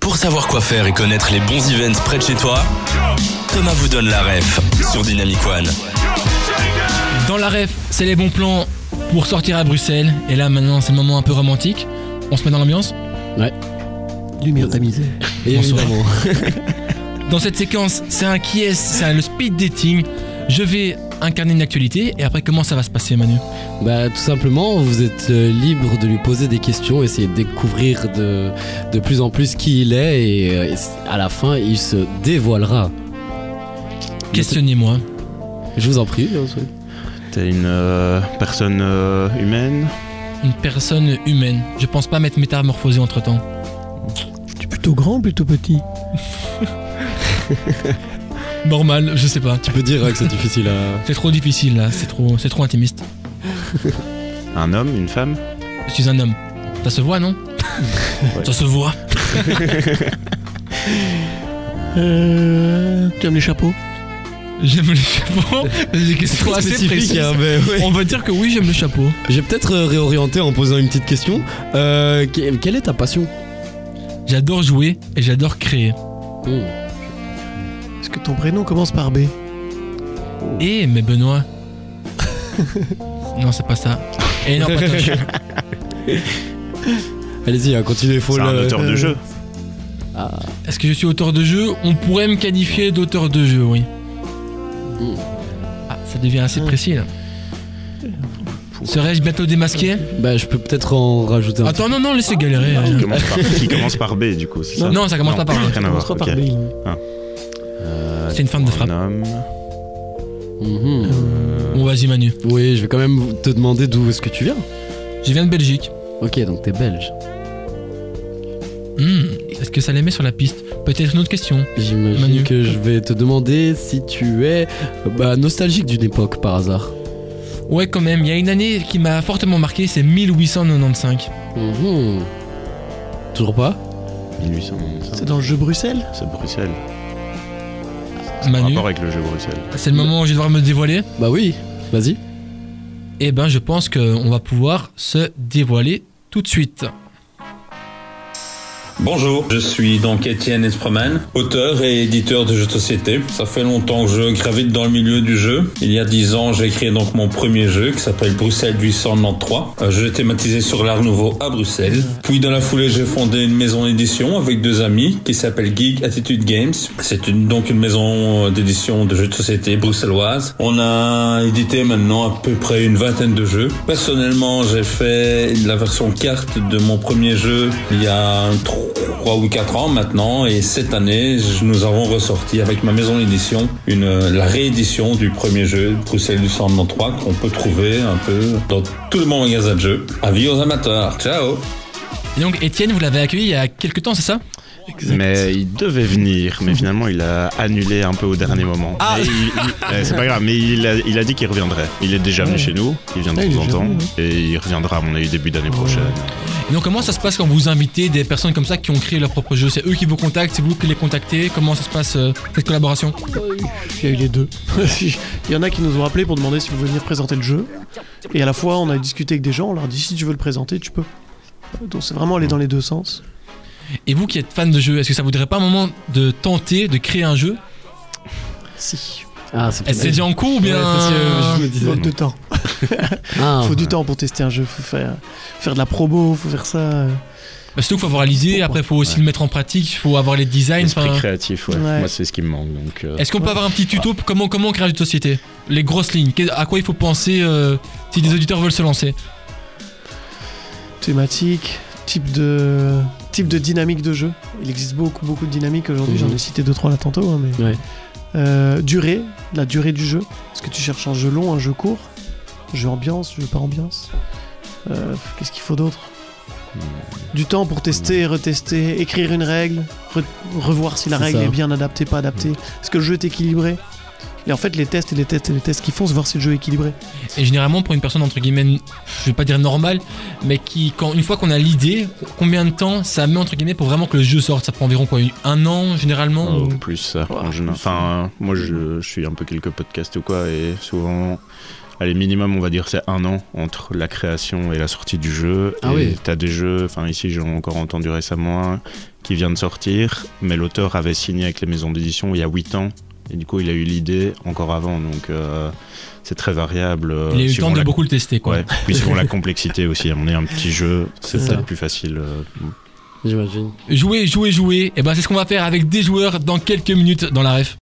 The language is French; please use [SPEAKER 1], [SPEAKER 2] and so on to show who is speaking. [SPEAKER 1] Pour savoir quoi faire et connaître les bons events près de chez toi, Thomas vous donne la ref sur Dynamic One.
[SPEAKER 2] Dans la ref, c'est les bons plans pour sortir à Bruxelles. Et là, maintenant, c'est le moment un peu romantique. On se met dans l'ambiance.
[SPEAKER 3] Lumière tamisée.
[SPEAKER 2] Bonsoir. Dans cette séquence, c'est un qui est, c'est un- le speed dating. Je vais incarner une actualité et après, comment ça va se passer, Manu
[SPEAKER 3] Bah tout simplement, vous êtes euh, libre de lui poser des questions, essayer de découvrir de, de plus en plus qui il est et, euh, et à la fin il se dévoilera.
[SPEAKER 2] Questionnez-moi.
[SPEAKER 3] Je vous en prie. hein, c'est-
[SPEAKER 4] T'es une euh, personne euh, humaine
[SPEAKER 2] Une personne humaine. Je pense pas m'être métamorphosé entre temps.
[SPEAKER 5] Tu es plutôt grand, plutôt petit.
[SPEAKER 2] Normal, je sais pas.
[SPEAKER 3] Tu peux dire hein, que c'est difficile à...
[SPEAKER 2] C'est trop difficile là, c'est trop, c'est trop intimiste.
[SPEAKER 4] Un homme Une femme
[SPEAKER 2] Je suis un homme. Ça se voit, non Ça se voit.
[SPEAKER 5] Euh, tu aimes les chapeaux
[SPEAKER 2] J'aime le chapeau. Des questions assez précises.
[SPEAKER 3] hein, mais ouais.
[SPEAKER 2] On va dire que oui, j'aime le chapeau.
[SPEAKER 3] J'ai peut-être euh, réorienté en posant une petite question. Euh, que- quelle est ta passion
[SPEAKER 2] J'adore jouer et j'adore créer.
[SPEAKER 3] Hmm.
[SPEAKER 5] Est-ce que ton prénom commence par B
[SPEAKER 2] Eh, mais Benoît. non, c'est pas ça. Et non, Patoche.
[SPEAKER 3] Allez-y, hein, continuez, faut
[SPEAKER 4] C'est un
[SPEAKER 3] le-
[SPEAKER 4] auteur de
[SPEAKER 5] euh,
[SPEAKER 4] jeu.
[SPEAKER 2] Est-ce que je suis auteur de jeu On pourrait me qualifier d'auteur de jeu, oui.
[SPEAKER 3] Mm.
[SPEAKER 2] Ah, ça devient assez
[SPEAKER 5] Mm.
[SPEAKER 2] précis là. Serais-je bientôt démasqué
[SPEAKER 3] Bah je peux peut-être en rajouter un.
[SPEAKER 2] Attends, non, non, laissez galérer.
[SPEAKER 4] Qui
[SPEAKER 2] euh.
[SPEAKER 4] commence, par, qui commence par B, du coup, c'est ça
[SPEAKER 2] Non, ça commence pas par B.
[SPEAKER 3] Ah,
[SPEAKER 4] Rien à voir.
[SPEAKER 5] Commence pas
[SPEAKER 4] ok.
[SPEAKER 5] par B.
[SPEAKER 4] Euh,
[SPEAKER 2] C'est une fin de frappe.
[SPEAKER 4] Un homme.
[SPEAKER 3] Mhm.
[SPEAKER 2] Bon, vas-y, Manu.
[SPEAKER 3] Oui, je vais quand même vous- te demander d'où est-ce que tu viens.
[SPEAKER 2] Je viens de Belgique.
[SPEAKER 3] Ok, donc t'es belge.
[SPEAKER 2] Hmm, Est-ce que ça les met sur la piste Peut-être une autre question.
[SPEAKER 3] J'imagine
[SPEAKER 2] Manu.
[SPEAKER 3] que je vais te demander si tu es euh, bah, nostalgique d'une époque par hasard.
[SPEAKER 2] Ouais, quand même, il y a une année qui m'a fortement marqué, c'est 1895.
[SPEAKER 3] Mhm. Toujours pas
[SPEAKER 4] 1895.
[SPEAKER 5] C'est dans le jeu Bruxelles
[SPEAKER 4] C'est Bruxelles. En
[SPEAKER 2] Manu,
[SPEAKER 4] rapport avec le jeu Bruxelles.
[SPEAKER 2] c'est le moment où je vais devoir me dévoiler.
[SPEAKER 3] Bah oui, vas-y.
[SPEAKER 2] Eh ben, je pense qu'on va pouvoir se dévoiler tout de suite.
[SPEAKER 6] Bonjour, je suis donc Étienne Espreman, auteur et éditeur de jeux de société. Ça fait longtemps que je gravite dans le milieu du jeu. Il y a 10 ans, j'ai créé donc mon premier jeu qui s'appelle Bruxelles 893. Un jeu Euh, thématisé sur l'art nouveau à Bruxelles. Puis dans la foulée, j'ai fondé une maison d'édition avec deux amis qui s'appelle Geek Attitude Games. C'est une, donc une maison d'édition de jeux de société bruxelloise. On a édité maintenant à peu près une vingtaine de jeux. Personnellement, j'ai fait la version carte de mon premier jeu il y a trois ou quatre ans maintenant et cette année, je- nous avons ressorti avec ma maison d'édition une euh, la réédition du premier jeu Bruxelles du 193 qu'on peut trouver un peu dans tout le bon magasin de jeux. Avis aux amateurs. Ciao.
[SPEAKER 2] Et donc, Étienne, vous l'avez accueilli il y a quelques temps, c'est ça
[SPEAKER 4] Mais il devait venir, mais finalement il a annulé un peu au dernier moment.
[SPEAKER 2] Ah.
[SPEAKER 4] Mais il- il- eh, C'est pas grave, mais il a, il a dit qu'il reviendrait. Il est déjà venu
[SPEAKER 5] Ouais.
[SPEAKER 4] chez nous, il vient de
[SPEAKER 5] Ah, il est
[SPEAKER 4] temps en
[SPEAKER 5] déjà
[SPEAKER 4] temps,
[SPEAKER 5] venu,
[SPEAKER 4] et il reviendra à mon avis début d'année prochaine.
[SPEAKER 2] Et donc, comment ça se passe quand vous invitez des personnes comme ça qui ont créé leur propre jeu C'est eux qui vous contactent, c'est vous qui les contactez Comment ça se passe euh, cette collaboration
[SPEAKER 5] Il y a eu les deux. Il y en a qui nous ont appelé pour demander si vous voulez venir présenter le jeu. Et à la fois, on a discuté avec des gens, on leur a dit si tu veux le présenter, tu peux. Donc c'est vraiment aller dans les deux sens.
[SPEAKER 2] Et vous qui êtes fan de jeu, est-ce que ça voudrait pas un moment de tenter de créer un jeu
[SPEAKER 5] Si.
[SPEAKER 3] Ah, c'est
[SPEAKER 2] Est-ce que Eh, c'est déjà en cours ou
[SPEAKER 3] Ouais,
[SPEAKER 2] bien
[SPEAKER 3] c'est ce que je me
[SPEAKER 5] Il euh, faut
[SPEAKER 3] disais.
[SPEAKER 5] du temps.
[SPEAKER 3] Ah,
[SPEAKER 5] faut du temps pour tester un jeu. Faut faire, faire de la promo, faut faire ça.
[SPEAKER 2] Bah, Surtout qu'il faut avoir l'idée, après il faut aussi le mettre en pratique, il faut avoir les designs.
[SPEAKER 4] Esprit
[SPEAKER 2] enfin,
[SPEAKER 4] créatif, ouais.
[SPEAKER 5] Ouais.
[SPEAKER 4] Moi c'est ce qui me manque. Donc, euh,
[SPEAKER 2] Est-ce qu'on peut avoir un petit tuto pour comment, comment créer une société Les grosses lignes, qu'est- à quoi il faut penser euh, si des auditeurs veulent se lancer
[SPEAKER 5] Thématique, type de, type de dynamique de jeu. Il existe beaucoup, beaucoup de dynamiques aujourd'hui.
[SPEAKER 3] Mhm.
[SPEAKER 5] J'en ai cité deux, trois là tantôt. hein, mais...
[SPEAKER 3] Ouais.
[SPEAKER 5] Euh, durée, la durée du jeu. Est-ce que tu cherches un jeu long, un jeu court Jeu ambiance, jeu par ambiance Euh, Qu'est-ce qu'il faut d'autre
[SPEAKER 3] Hmm.
[SPEAKER 5] Du temps pour tester, retester, écrire une règle, re- revoir si la
[SPEAKER 3] C'est
[SPEAKER 5] règle
[SPEAKER 3] ça. Hmm.
[SPEAKER 5] est bien adaptée, pas adaptée. Est-ce que le jeu est équilibré Et en fait, les tests et les tests et les tests qu'ils font, c'est voir si le jeu est équilibré.
[SPEAKER 2] Et généralement pour une personne entre guillemets, je vais pas dire normale, mais qui, quand, une fois qu'on a l'idée, combien de temps ça met entre guillemets pour vraiment que le jeu sorte Ça prend environ quoi Un an généralement
[SPEAKER 4] Oh,
[SPEAKER 2] ou-
[SPEAKER 4] plus ça.
[SPEAKER 5] Ouais,
[SPEAKER 4] en général.
[SPEAKER 5] plus.
[SPEAKER 4] Enfin, euh, moi je, je suis un peu quelques podcasts ou quoi, et souvent allez, minimum, on va dire, c'est un an entre la création et la sortie du jeu.
[SPEAKER 3] Ah
[SPEAKER 4] et
[SPEAKER 3] oui.
[SPEAKER 4] T'as des jeux, enfin ici, j'ai encore entendu récemment un qui vient de sortir, mais l'auteur avait signé avec les maisons d'édition il y a 8 ans. Et du coup, il a eu l'idée encore avant, donc euh, c'est très variable. euh,
[SPEAKER 2] Il a eu le
[SPEAKER 4] suivant
[SPEAKER 2] temps de
[SPEAKER 4] la-
[SPEAKER 2] beaucoup le tester, quoi.
[SPEAKER 4] Ouais, puis suivant la complexité aussi. On est un petit jeu, c'est
[SPEAKER 3] C'est ça.
[SPEAKER 4] peut-être plus facile. euh,
[SPEAKER 3] J'imagine.
[SPEAKER 2] Jouer, jouer, jouer. Et ben, c'est ce qu'on va faire avec des joueurs dans quelques minutes dans la ref.